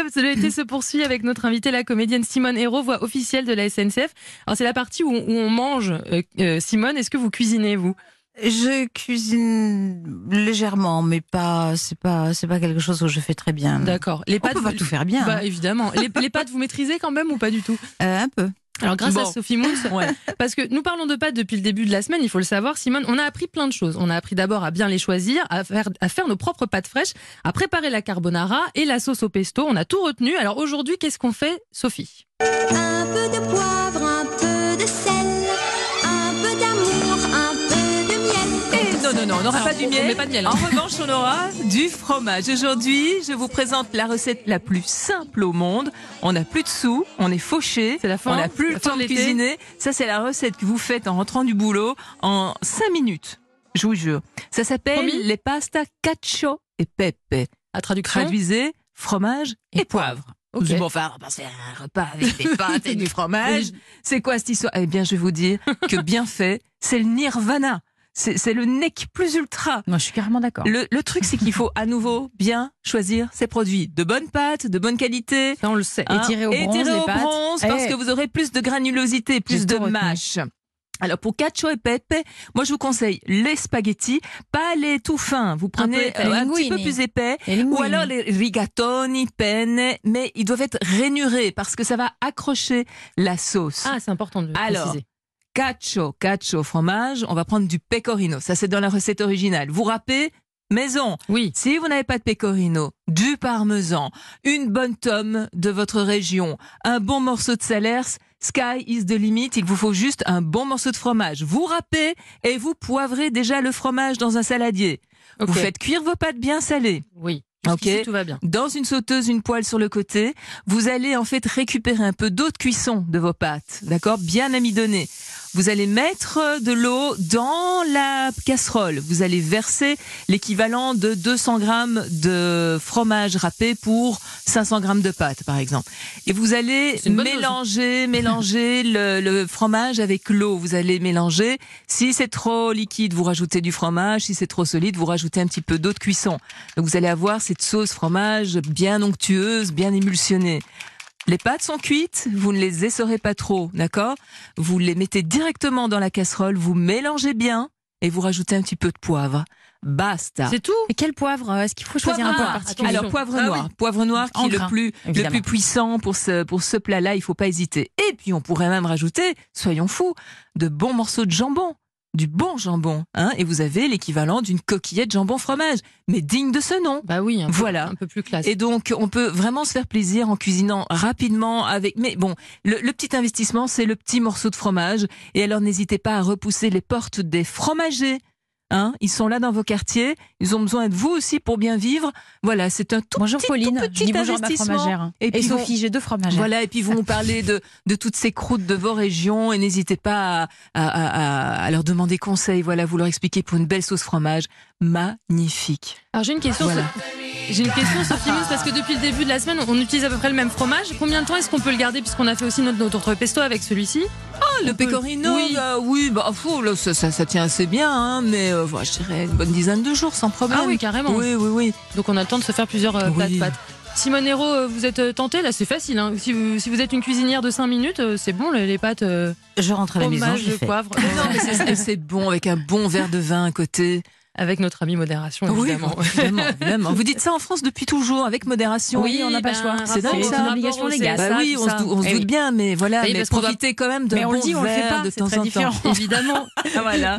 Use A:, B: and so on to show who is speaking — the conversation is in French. A: l'actualité se poursuit avec notre invitée, la comédienne Simone Hérault, voix officielle de la SNCF. Alors, c'est la partie où, on- où on mange. Euh, euh, Simone, est-ce que vous cuisinez, vous
B: Je cuisine légèrement, mais pas, c'est pas, c'est pas quelque chose que je fais très bien.
A: D'accord. Les
B: On peut pas
A: vous-
B: tout faire bien,
A: Bah,
B: hein.
A: évidemment. Les, les pâtes, vous maîtrisez quand même ou pas du tout
B: Euh, un peu.
A: Alors, grâce à
B: Bon.
A: Sophie Mons, parce que nous parlons de pâtes depuis le début de la semaine, il faut le savoir, Simone, on a appris plein de choses. On a appris d'abord à bien les choisir, à faire, à faire nos propres pâtes fraîches, à préparer la carbonara et la sauce au pesto. On a tout retenu. Alors, aujourd'hui, qu'est-ce qu'on fait, Sophie
C: Un peu de poivre, un peu de sel, un peu d'amour, un peu de miel.
D: Non, non, non, on n'aura
A: Alors,
D: pas du
A: on- on
D: miel.
A: met pas de miel, hein.
D: En revanche, on aura du fromage. Aujourd'hui, je vous présente la recette la plus simple au monde. On n'a plus de sous, on est fauché,
A: C'est la fin,
D: on n'a plus
A: la
D: le
A: fin
D: temps
A: de
D: de
A: l'été.
D: cuisiner. Ça, c'est la recette que vous faites en rentrant du boulot en 5 minutes. Je vous jure. Ça s'appelle
A: Promis.
D: les pastas cacio et pepe.
A: À traduction
D: Traduisez fromage et, poivre.
A: Ok.
D: Bon, enfin, on va passer un repas avec des pâtes et du fromage. C'est quoi cette histoire Eh bien, je vais vous dire que bien fait, c'est le nirvana. C'est c'est le nec plus ultra.
B: Moi, je suis carrément d'accord.
D: Le, le truc, c'est qu'il faut à nouveau bien choisir ses produits. De bonnes pâtes, de bonne qualité.
A: Ça, on le sait.
D: hein,
B: tirer au bronze
D: tirer
B: les
D: au
B: pâtes.
D: bronze, parce
B: Eh.
D: que vous aurez plus de granulosité, plus
B: J'ai
D: de
B: tout retenu.
D: mâche. Alors pour cacio et pepe, moi je vous conseille les spaghettis, pas les tout fins. Vous prenez
A: peu
D: euh, un
B: linguini.
D: petit peu plus épais,
B: Et linguine.
D: ou alors les rigatoni, penne, mais ils doivent être rainurés parce que ça va accrocher la sauce.
A: Ah, c'est important de
D: Alors,
A: préciser.
D: Cacio, cacio, fromage, on va prendre du pecorino. Ça, c'est dans la recette originale. Vous râpez maison.
A: Oui.
D: Si vous n'avez pas de pecorino, du parmesan, une bonne tome de votre région, un bon morceau de salers, sky is the limit, il vous faut juste un bon morceau de fromage. Vous râpez et vous poivrez déjà le fromage dans un saladier.
A: Ok.
D: Vous faites cuire vos pâtes bien salées.
A: Oui.
D: Ok.
A: Jusqu'ici, tout va bien.
D: Dans une sauteuse, une poêle sur le côté, vous allez en fait récupérer un peu d'eau de cuisson de vos pâtes, d'accord Bien amidonnée. Vous allez mettre de l'eau dans la casserole. Vous allez verser l'équivalent de 200 grammes de fromage râpé pour 500 grammes de pâtes, par exemple. Et vous allez
A: C'est une bonne dose. hein.
D: mélanger, mélanger le, le fromage avec l'eau. Vous allez mélanger. Si c'est trop liquide, vous rajoutez du fromage. Si c'est trop solide, vous rajoutez un petit peu d'eau de cuisson. Donc vous allez avoir cette sauce fromage bien onctueuse, bien émulsionnée. Les pâtes sont cuites, vous ne les essorez pas trop, d'accord Vous les mettez directement dans la casserole, vous mélangez bien et vous rajoutez un petit peu de poivre. Basta.
A: C'est tout
B: Mais quel poivre Est-ce qu'il faut choisir
D: Poivre
B: un poivre
D: noir.
B: particulier
D: Alors poivre
A: Ah
D: noir, poivre noir qui
B: En
D: est le
B: grain,
D: plus le
B: évidemment.
D: plus puissant pour ce pour ce plat-là, il faut pas hésiter. Et puis on pourrait même rajouter, soyons fous, de bons morceaux de jambon, du bon jambon, hein Et vous avez l'équivalent d'une coquillette jambon fromage, mais digne de ce nom.
A: Bah oui. Un peu,
D: Voilà.
A: Un peu plus classe.
D: Et donc, on peut vraiment se faire plaisir en cuisinant rapidement avec. Mais bon, le, le petit investissement, c'est le petit morceau de fromage. Et alors, n'hésitez pas à repousser les portes des fromagers. Hein, ils sont là dans vos quartiers. Ils ont besoin de vous aussi pour bien vivre. Voilà, c'est un tout
B: Bonjour
D: petit, tout
B: Pauline,
D: petit
B: je dis bonjour à ma
D: investissement.
B: fromagère.
D: Et
B: Et,
D: puis
B: Sophie,
D: bon-
B: j'ai deux fromagères.
D: Voilà, et puis ils vont vous parler de, de toutes ces croûtes de vos régions et n'hésitez pas à, à- à- à leur demander conseil. Voilà, vous leur expliquez pour une belle sauce fromage magnifique.
A: Alors j'ai une question.
D: Voilà.
A: So- J'ai une question, Sophie Mousse, parce que depuis le début de la semaine, on utilise à peu près le même fromage. Combien de temps est-ce qu'on peut le garder puisqu'on a fait aussi notre, notre pesto avec celui-ci
D: Le
A: peut-
D: pecorino,
A: oui.
D: oui, oui bah, fou, là, ça, ça- ça tient assez bien, hein, mais euh, voilà, je dirais une bonne dizaine de jours sans problème.
A: Ah oui, carrément.
D: Oui, oui, oui.
A: Donc on a le temps de se faire plusieurs euh, pâtes
D: Oui.
A: pâtes. Simone Hérault, euh, vous êtes euh, tentée Là, c'est facile. hein. Si, vous, si vous êtes une cuisinière de 5 minutes, euh, c'est bon, les, les pâtes euh,
B: Je rentre à la maison,
A: fromage,
B: je fais.
A: poivre. euh,
D: Non, mais c'est- c'est bon avec un bon verre de vin à côté.
A: Avec notre amie modération, évidemment.
D: Oui, évidemment, évidemment. Vous dites ça en France depuis toujours, avec modération.
B: Oui, on n'a pas le choix.
D: C'est dingue,
A: ben, rapport-
D: ça.
A: rapport
B: Une obligation
A: au
B: légale.
A: CSA,
D: Bah oui,
A: tout
D: on se,
A: ça.
D: dou- on se
A: Eh
D: doute
A: oui.
D: bien, mais voilà,
A: Oui,
D: mais
A: parce qu'on doit-
D: profitez quand même de
B: Mais on
D: bon
B: le dit, on le fait
D: verre
B: pas,
D: de
B: c'est
D: temps
B: très
D: en temps.
B: différent.
A: Évidemment.
D: Voilà.